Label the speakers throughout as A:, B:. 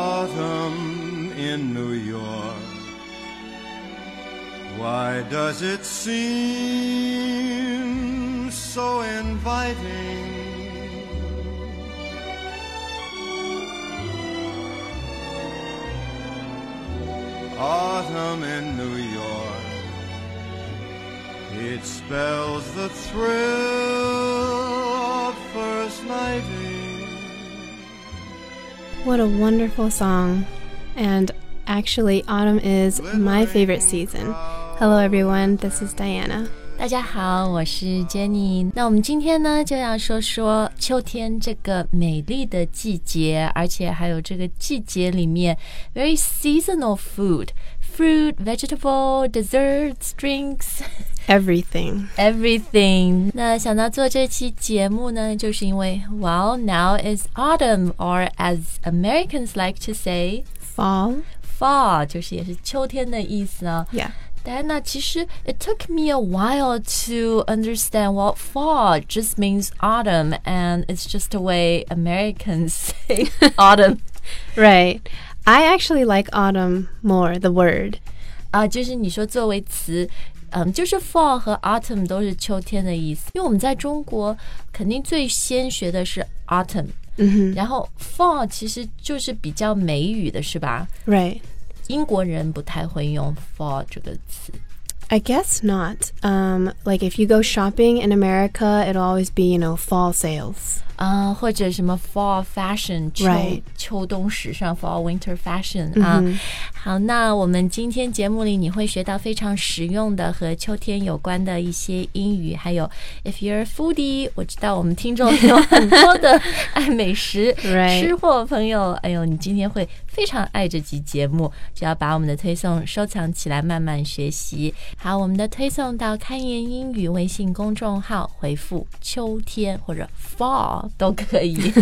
A: Autumn in New York. Why does it seem so inviting? Autumn in New York. It spells the thrill of first nighting.
B: What a wonderful song. And actually, autumn is my favorite season. Hello, everyone. This is Diana.
C: 大家好，我是 Jenny。那我们今天呢，就要说说秋天这个美丽的季节，而且还有这个季节里面 very seasonal food。Fruit, vegetable, desserts, drinks,
B: Everything.
C: everything。那想到做这期节目呢，就是因为 Well, now is autumn, or as Americans like to say,
B: Fall.
C: fall，就是也是秋天的意思啊。
B: Yeah.
C: Diana, 其实 it took me a while to understand what fall just means autumn, and it's just the way Americans say autumn.
B: Right. I actually like autumn more, the word.
C: 啊，就是你说作为词，嗯，就是 fall 和 autumn 都是秋天的意思。因为我们在中国肯定最先学的是 autumn，嗯然后 fall 其实就是比较美语的，是吧？
B: Right.
C: 英国人不太会用 fall 这个词。
B: I guess not. Um, like if you go shopping in America, it'll always be, you know, fall sales.
C: 啊，或者什么 fall fashion 秋
B: Right.
C: 秋冬时尚 fall winter fashion 啊。好，那我们今天节目里你会学到非常实用的和秋天有关的一些英语，还有 if you're a foodie，我知道我们听众有很多的 爱美食
B: Right.
C: 吃货朋友，哎呦，你今天会非常爱这期节目，只要把我们的推送收藏起来，慢慢学习。好，我们的推送到开言英语微信公众号回复“秋天”或者 “fall” 都可以。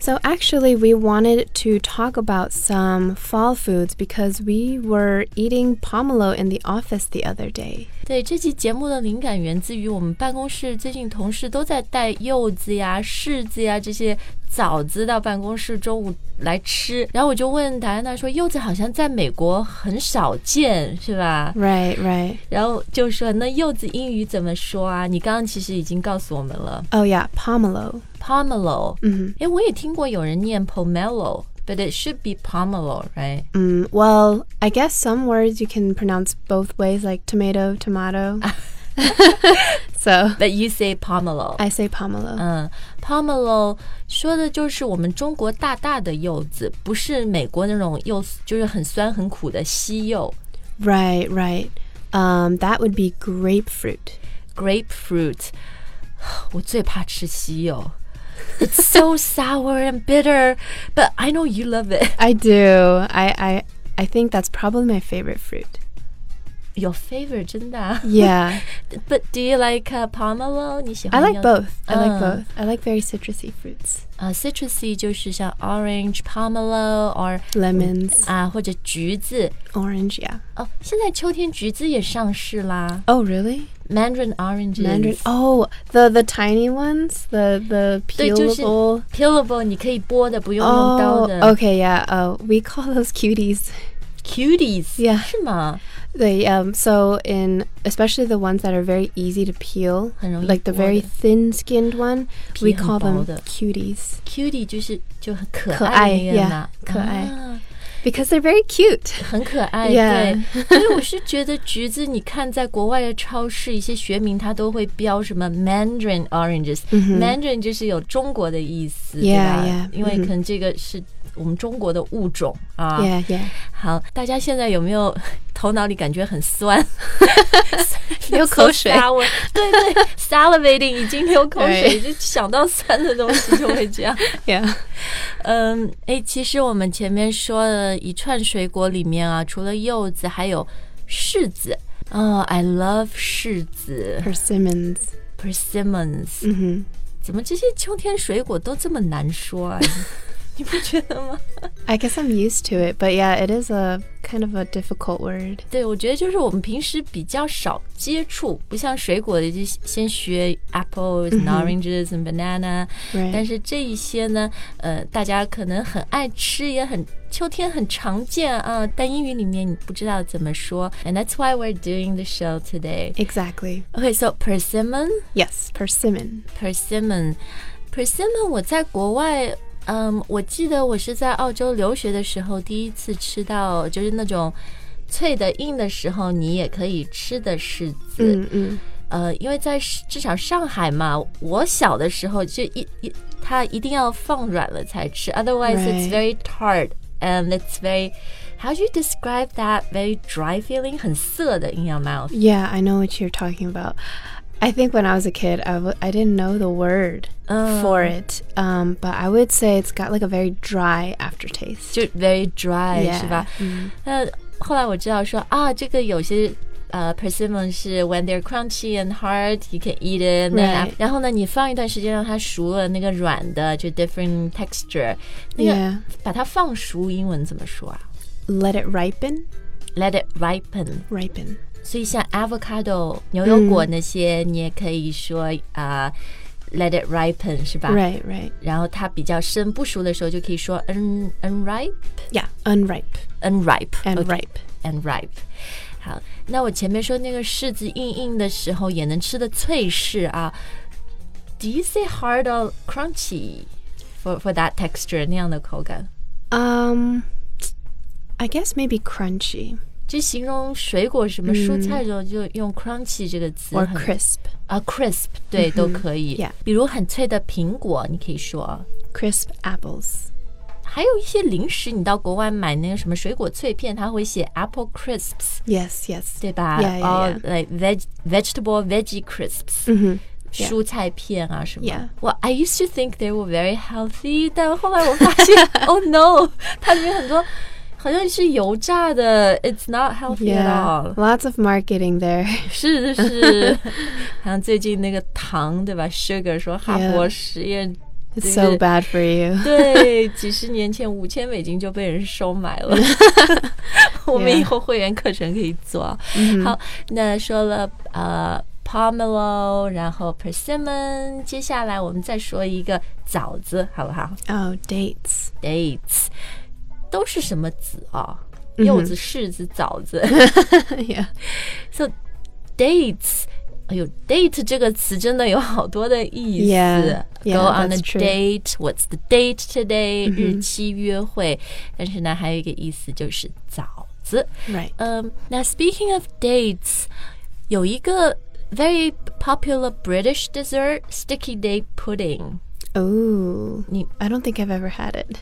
B: So, actually, we wanted to talk about some fall foods because we were eating pomelo in the office the other day.
C: 对，这期节目的灵感源自于我们办公室最近同事都在带柚子呀、柿子呀这些枣子到办公室中午来吃，然后我就问达安娜说：“柚子好像在美国很少见，是吧？”
B: Right, right.
C: 然后就说：“那柚子英语怎么说啊？”你刚刚其实已经告诉我们了
B: Oh, yeah, pomelo.
C: ，pomelo。
B: Mhm.
C: 诶，我也听过有人念 pomelo，but it should be pomelo，right？
B: Mm, well, I guess some words you can pronounce both ways, like tomato, tomato. so,
C: But you say pomelo。
B: I say pomelo.
C: 嗯，pomelo 说的就是我们中国大大的柚子，不是美国那种柚子，就是很酸很苦的西柚
B: Right, right. Um, that would be grapefruit.
C: （grapefruit）。我最怕吃西柚。It's so sour and bitter, but I know you love it.
B: I do. I, I, I think that's probably my favorite fruit.
C: Your favorite 真的啊
B: Yeah.
C: But do you like uh, pomelo? 你喜
B: I
C: 欢
B: like
C: 柚
B: both. I like
C: Uh.
B: both. I like very citrusy fruits.
C: 啊、c i t r u s y 就是像 orange, pomelo or
B: Lemons,
C: 啊、或者橘子
B: orange, yeah.
C: 哦。现在秋天橘子也上市啦
B: Oh, really?
C: ，mandarin orange。
B: Mandarin. Oh, the the tiny ones, the the
C: 对，就是
B: peelable.
C: peelable，你可以剥的，不用用刀
B: Oh,
C: 的。
B: okay, yeah. Oh, we call those cuties.
C: Cuties，
B: Yeah.
C: 是吗？
B: They um so in especially the ones that are very easy to peel,
C: 很容易
B: like the very
C: 剥的。
B: thin-skinned one, we
C: 皮很
B: call them
C: 薄的。
B: cuties
C: Cutie 就是就很可
B: 可
C: 爱
B: 爱
C: 那个嘛，
B: yeah，可爱
C: 啊
B: because they're very cute.
C: 很可 爱。
B: Yeah
C: 对，所以我是觉得橘子，你看在国外的超市，一些学名它都会标什么 Mandarin oranges，Mandarin、Mandarin
B: Mm-hmm.
C: 就是有中国的意思
B: 嗯 Yeah，
C: 对吧
B: yeah，
C: 因为
B: 嗯哼
C: 可能这个是我们中国的物种啊。
B: Yeah, yeah.
C: 好，大家现在有没有头脑里感觉很 酸，
B: 流口水
C: So sour 对对，salivating 已经流口
B: Right
C: 水，就想到酸的东西就会这样。
B: Yeah.
C: 嗯，哎，其实我们前面说了一串水果里面啊，除了柚子，还有柿子。哦、i love 柿子
B: Persimmons. Mm-hmm.
C: ，persimmons。
B: Mhm.
C: 怎么这些秋天水果都这么难说啊？你不觉得 吗？
B: I guess I'm used to it, but yeah, it is a kind of a difficult word.
C: 对，我觉得就是我们平时比较少接触，不像水果的就先学 apples and
B: 嗯哼
C: oranges and banana，、但
B: Right.
C: 是这一些呢，呃，大家可能很爱吃，也很秋天很常见啊，但英语里面你不知道怎么说，and that's why we're doing the show today.
B: Exactly.
C: Okay, so persimmon,
B: Yes, persimmon.
C: persimmon, persimmon，我在国外。嗯，我记得我是在澳洲留学的时候，第一次吃到就是那种脆的、硬的时候，你也可以吃的柿子。
B: Mm-mm.
C: 呃，因为在是至少上海嘛，我小的时候就一一它一定要放软了才吃，otherwise
B: Right.
C: it's very tart and it's very how do you describe that very dry feeling 很涩的 in your mouth？
B: Yeah, I know what you're talking about. I think when I was a kid, I w- I didn't know the word for it, um, but I would say it's got like a very dry aftertaste.
C: 就 very dry 是
B: yeah.
C: 吧？
B: Mm.
C: 那后来我知道说啊，这个有些呃 persimmon 是 when they're crunchy and hard, you can eat it.
B: Right.
C: Then- 然后呢，你放一段时间让它熟了，那个软的就 different texture。那个
B: Yeah.
C: 把它放熟，英文怎么说啊
B: Let it ripen.
C: ？Let it ripen。
B: Ripen.
C: 所以像
B: 嗯
C: avocado 牛油果那些，你也可以说啊、let it ripen 是吧
B: Right, right.
C: 然后它比较生不熟的时候，就可以说 un unripe
B: Yeah, unripe
C: unripe
B: and
C: OK
B: ripe.
C: and ripe。好，那我前面说那个柿子硬硬的时候也能吃的脆柿啊。Do you say hard or crunchy for for that texture 那样的口感？
B: Um, I guess maybe crunchy
C: 就形容水果什么蔬菜的时候，就用 crunchy 这个词
B: or
C: 很
B: crisp.
C: 啊，crisp 对都可以
B: Yeah。
C: 比如很脆的苹果，你可以说。
B: Crisp apples.
C: 还有一些零食，你到国外买那个什么水果脆片，它会写 apple crisps，
B: Yes, yes.
C: 对吧？
B: Yeah, yeah,
C: 哦
B: yeah.
C: ，like veg vegetable veggie crisps，
B: Mhm.
C: 蔬菜片啊什么
B: Yeah.。
C: 我 I used to think they were very healthy，但后来我发 现，oh no，它里面很多好像是油炸的，it's not healthy at
B: Yeah.
C: all
B: Lots of marketing there.
C: 是是，好像最近那个糖对吧？Sugar 说哈
B: Yeah.
C: 佛实验
B: It's
C: 对
B: so
C: 对
B: bad for you.
C: 对，几十年前五千美金就被人收买了。我们
B: Yeah.
C: 以后会员课程可以做啊。好，那说了呃 pomelo，然后 persimmon，接下来我们再说一个枣子，好不好
B: Oh, dates.
C: ？Dates 都是什么子啊？柚子、柿子、枣子。
B: yeah.
C: So dates，哎呦，date 这个词真的有好多的意思。
B: Yeah, yeah,
C: Go on a
B: that's true. Mm-hmm。
C: date，What's the date today？、日期约会。但是呢，还有一个意思就是枣子。
B: Right.
C: 嗯，那 speaking of dates，有一个 very popular British dessert sticky date pudding。
B: Oh,
C: 你
B: I don't think I've ever had it.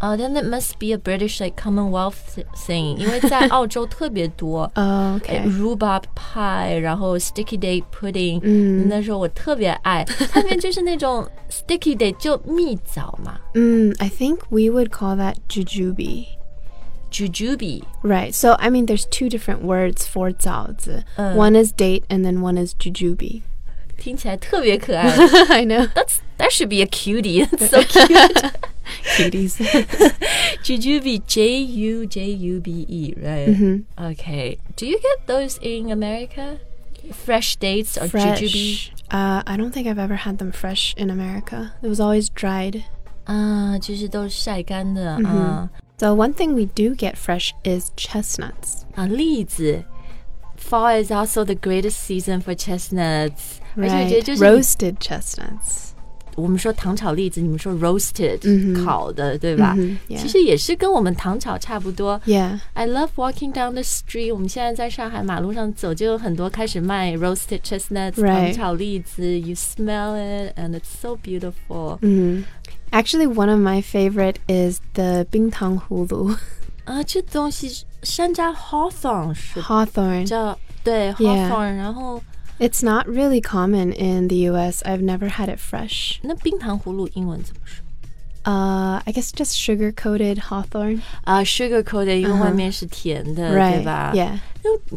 C: 哦、t h e n it must be a British like Commonwealth thing，因为在澳洲特别多。
B: Oh,
C: 哎
B: okay.
C: rhubarb pie，然后 sticky date pudding，嗯，那时候我特别爱，它们就是那种 sticky date 就蜜枣嘛
B: Mm, I think we would call that jujube.
C: ，jujube，
B: Right. So, I mean, there's two different words for zaozi. one is date and then one is jujube.
C: 听起来特别可爱。
B: I know.
C: That's that should be a cutie. That's so cute.
B: Cuties.
C: jujube, J U J U B E, right?
B: Mm-hmm.
C: Okay. Do you get those in America? Fresh dates or jujube?
B: fresh. Uh, I don't think I've ever had them fresh in America. It was always dried.
C: 啊，就是都是晒干的啊
B: So, one thing we do get fresh is chestnuts.
C: 啊，栗子。Fall is also the greatest season for chestnuts，、而且我觉
B: Right.
C: 得就是你
B: Roasted chestnuts.
C: 我们说糖炒栗子，你们说 roasted、烤的，对吧？
B: 嗯哼，yeah Mm-hmm.
C: 其实也是跟我们糖炒差不多。
B: Yeah.
C: I love walking down the street。我们现在在上海马路上走，就有很多开始卖 roasted chestnuts、糖
B: Right
C: 炒栗子。You smell it and it's so beautiful。
B: Mm. Actually, one of my favorite is the Bingtang Hulu
C: 啊，这东西是山楂 hawthorn 是吧
B: hawthorn.
C: 叫对
B: Yeah
C: hawthorn，然后
B: It's not really common in the U.S. I've never had it fresh.
C: 那冰糖葫芦英文怎么说？
B: Uh, I guess just sugar coated hawthorn.
C: 啊、s u g a r coated，因为外面是甜的，
B: 嗯
C: 对
B: right.
C: 吧
B: Yeah.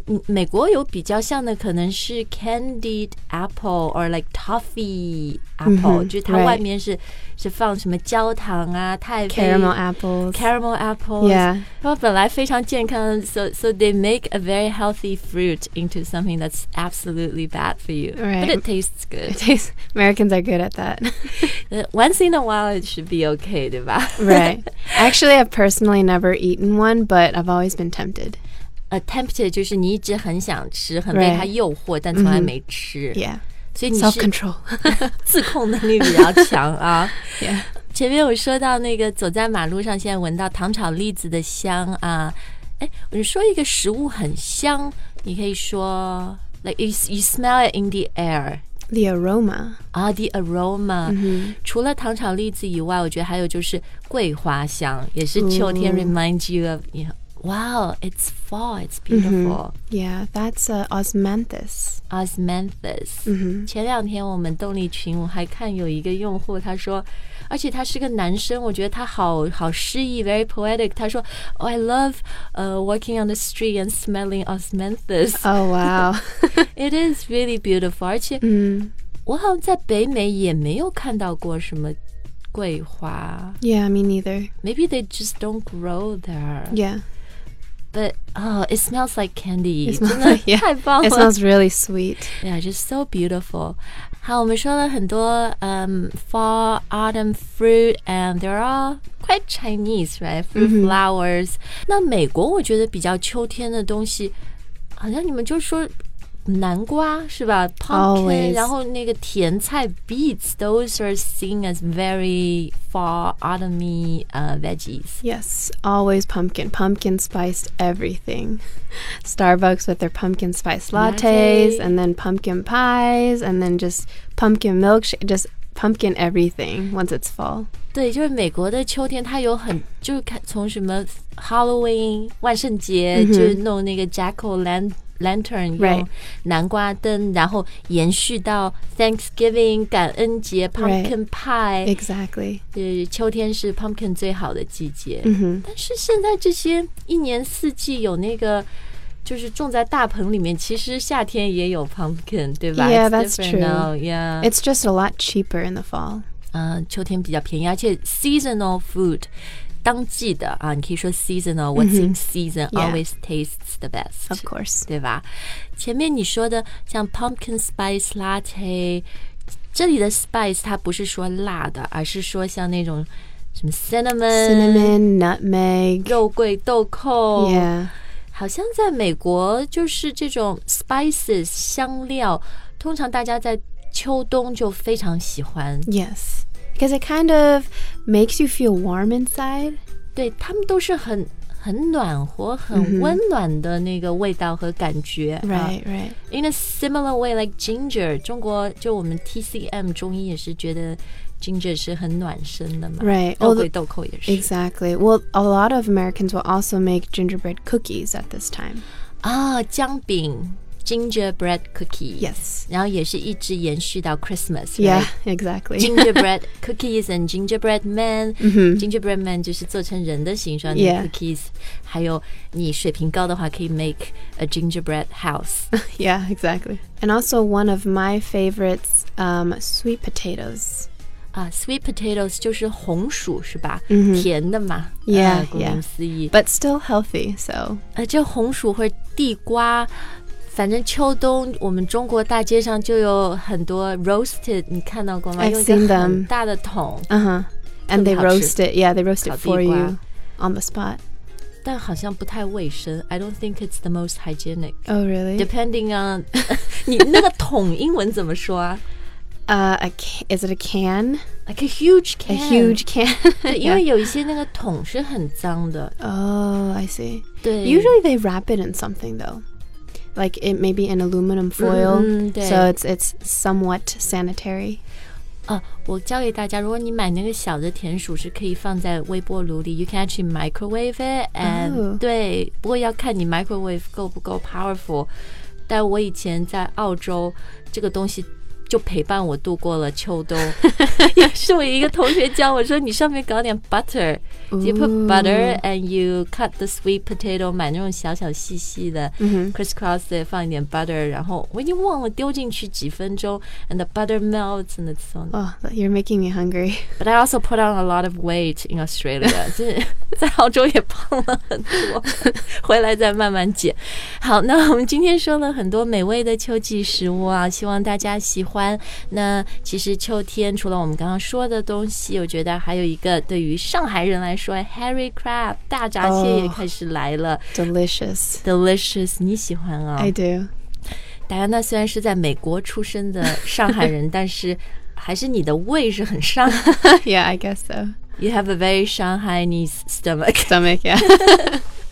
C: 嗯美国有比较像的，可能是 candied apple or like toffee apple，、
B: 嗯哼
C: 就是它
B: right
C: 外面是是放什么焦糖啊、太妃
B: Caramel apples.
C: caramel apples，、
B: Yeah.
C: 它们本来非常健康，so so they make a very healthy fruit into something that's absolutely bad for you,
B: Right.
C: but it tastes good.
B: It tastes, Americans are good at that.
C: Uh, Once in a while, it should be okay，对吧？
B: right. Actually, I've personally never eaten one, but I've always been tempted.
C: a tempted 就是你一直很想吃，很被
B: Right.
C: 它诱惑，但从来没吃。
B: Yeah.
C: 所以你
B: Self
C: 是
B: control.
C: 自控能力比较强啊。
B: yeah.
C: 前面有说到那个走在马路上，现在闻到糖炒栗子的香啊。哎，我说一个食物很香，你可以说 like you you smell it in the air。
B: The aroma.
C: 啊、t h e aroma、除了糖炒栗子以外，我觉得还有就是桂花香，也是秋天 remind you of you know, wow it's fall it's beautiful、
B: Yeah, that's uh, osmanthus.
C: Osmanthus。前两天我们动力群我还看有一个用户他说，而且他是个男生，我觉得他好好诗意，very poetic。他说、oh, i love 呃、walking on the street and smelling osmanthus。
B: Oh, wow.
C: It is really beautiful。而且
B: mm.
C: 我好像在北美也没有看到过什么桂花
B: Yeah, me neither.
C: ，maybe they just don't grow there。
B: Yeah.
C: But oh, it smells like candy，
B: It smells
C: 真的
B: yeah.
C: 太棒了。
B: It smells really sweet.
C: Yeah, just so beautiful. 好，我们说了很多，嗯、um,，fall, autumn fruit, and they're all quite Chinese, right? Fruit flowers. 那美国我觉得比较秋天的东西，好像你们就说南瓜是吧？Pumpkin，、
B: Always.
C: 然后那个甜菜 beets, those are seen as very fall, autumny uh, veggies.
B: Yes, always pumpkin. Pumpkin spiced everything. Starbucks with their pumpkin spice lattes
C: Latte.
B: and then pumpkin pies and then just pumpkin milkshake, just pumpkin everything once it's fall.
C: 对，就是美国的秋天，它有很就是看从什么 Halloween 万圣节，就是弄那个 Jack o' Lan Lantern
B: 嗯 Right
C: 用南瓜灯，然后延续到 Thanksgiving 感恩节
B: Right
C: Pumpkin Pie，
B: Exactly.
C: 呃，秋天是 Pumpkin 最好的季节。
B: Mhm.
C: 但是现在这些一年四季有那个。就是种在大棚里面，其实夏天也有 pumpkin，对吧
B: Yeah,
C: It's
B: that's
C: different
B: true.
C: now, Yeah.
B: It's just a lot cheaper in the fall.
C: 嗯，秋天比较便宜，而且 seasonal food 当季的啊，你可以说 seasonal。What's in season
B: 嗯 Yeah.
C: always tastes the best，
B: Of course.
C: 对吧？前面你说的像 pumpkin spice latte，这里的 spice 它不是说辣的，而是说像那种什么 cinnamon、
B: Cinnamon, nutmeg.
C: 肉桂、豆蔻
B: Yeah.
C: 好像在美国，就是这种 spices 香料，通常大家在秋冬就非常喜欢。
B: Yes. Because it kind of makes you feel warm inside.
C: 对他们都是很很暖和、很温暖的那个味道和感觉。啊
B: 嗯 Right, right.
C: In a similar way, like ginger，中国就我们 TCM 中医也是觉得 ginger 是很暖身的嘛。
B: Right.
C: 肉
B: Well,
C: 桂
B: the-
C: 豆蔻也是
B: exactly. Well, a lot of Americans will also make gingerbread cookies at this time.
C: 啊，姜饼 gingerbread cookie。
B: Yes.
C: 然后也是一直延续到 Christmas，
B: Yeah,
C: right？
B: exactly.
C: gingerbread cookies and gingerbread man、gingerbread man 就是做成人的形状的
B: Yeah.
C: cookies，、还有你水平高的话可以 make a gingerbread house。
B: yeah, exactly. And also one of my favorites, um, sweet potatoes.
C: 啊、s w e e t potatoes 就是红薯是吧？
B: 嗯哼
C: 甜的嘛。
B: Yeah，
C: 呃顾名
B: yeah
C: 思义。
B: But still healthy, so
C: 呃，这红薯或者地瓜，反正秋冬我们中国大街上就有很多 roasted，你看到过吗？
B: I've
C: 用一个
B: seen
C: 很
B: them
C: 大的桶，
B: uh huh. And they
C: 特别好吃。
B: roast it. Yeah, they roast it for
C: 烤地瓜。
B: you on the spot.
C: 但好像不太卫生。I don't think it's the most hygienic.
B: Oh, really?
C: Depending on 你那个桶英文怎么说啊
B: Uh, a ca- is it a can?
C: ？Like a huge can，,
B: A huge can.
C: 对因
B: Yeah.
C: 为有一些那个桶是很脏的。
B: Oh, I see.
C: 对
B: Usually they wrap it in something though. Like it may be in aluminum foil, so
C: Mhm, 对。
B: it's it's somewhat sanitary.
C: 哦，我教给大家，如果你买那个小的甜薯，是可以放在微波炉里，you can actually microwave it and、
B: 哦
C: 对，不过要看你 microwave 够不够 powerful。但我以前在澳洲，这个东西就陪伴我度过了秋冬。 也是我一个同学教我说，你上面搞点 butter。You put butter and you cut the sweet potato，买那种小小细细的、
B: 嗯
C: crisscross 的，放一点 butter，然后我已经忘了丢进去几分钟，and the butter melts and it's so。
B: Oh, you're making me hungry.
C: But I also put on a lot of weight in Australia，就是 在澳洲也胖了很多， 回来再慢慢减。好，那我们今天说了很多美味的秋季食物啊，希望大家喜欢。那其实秋天除了我们刚刚说的东西，我觉得还有一个对于上海人来说，Harry crab 大闸蟹也
B: 哦
C: 开始来了、
B: Delicious.
C: d e l i c i o u s 你喜欢啊？
B: I do.
C: 戴安娜虽然是在美国出生的上海人，但是还是你的胃是很上
B: yeah, I guess so.
C: You have a very Shanghainese stomach.
B: Stomach, yeah.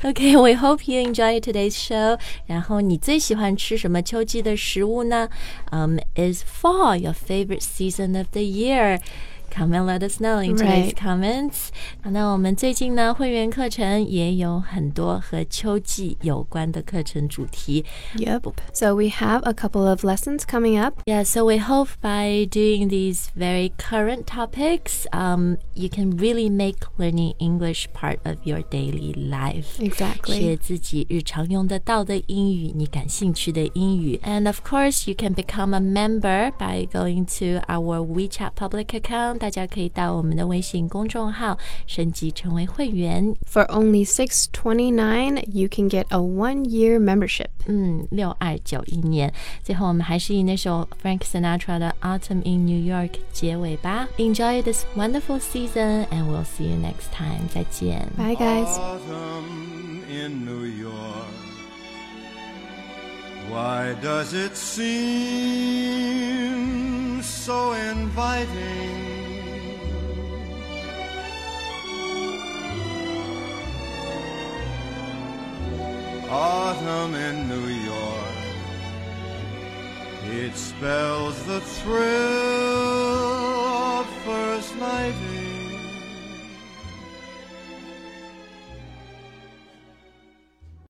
C: Okay, we hope you enjoy today's show. 然后你最喜欢吃什么秋季的食物呢？Um, is fall your favorite season of the year? Come and let us know in today's
B: Right.
C: comments. 好那我们最近呢，会员课程也有很多和秋季有关的课程主题。
B: yep. So we have a couple of lessons coming up.
C: Yeah, so we hope by doing these very current topics, um, you can really make learning English part of your daily life.
B: Exactly.
C: 学自己日常用得到的英语，你感兴趣的英语。And of course, you can become a member by going to our WeChat public account。大家可以到我们的微信公众号升级成为会员。
B: For only 629, you can get a 1-year membership.
C: 嗯，六二九一年。最后，我们还是以那首 Frank Sinatra 的《Autumn in New York》结尾吧。Enjoy this wonderful season, and we'll see you next time。再见。
B: Bye guys.
A: Autumn in New York. Why does it seem so inviting? Autumn in New York. It spells the thrill of first nighting.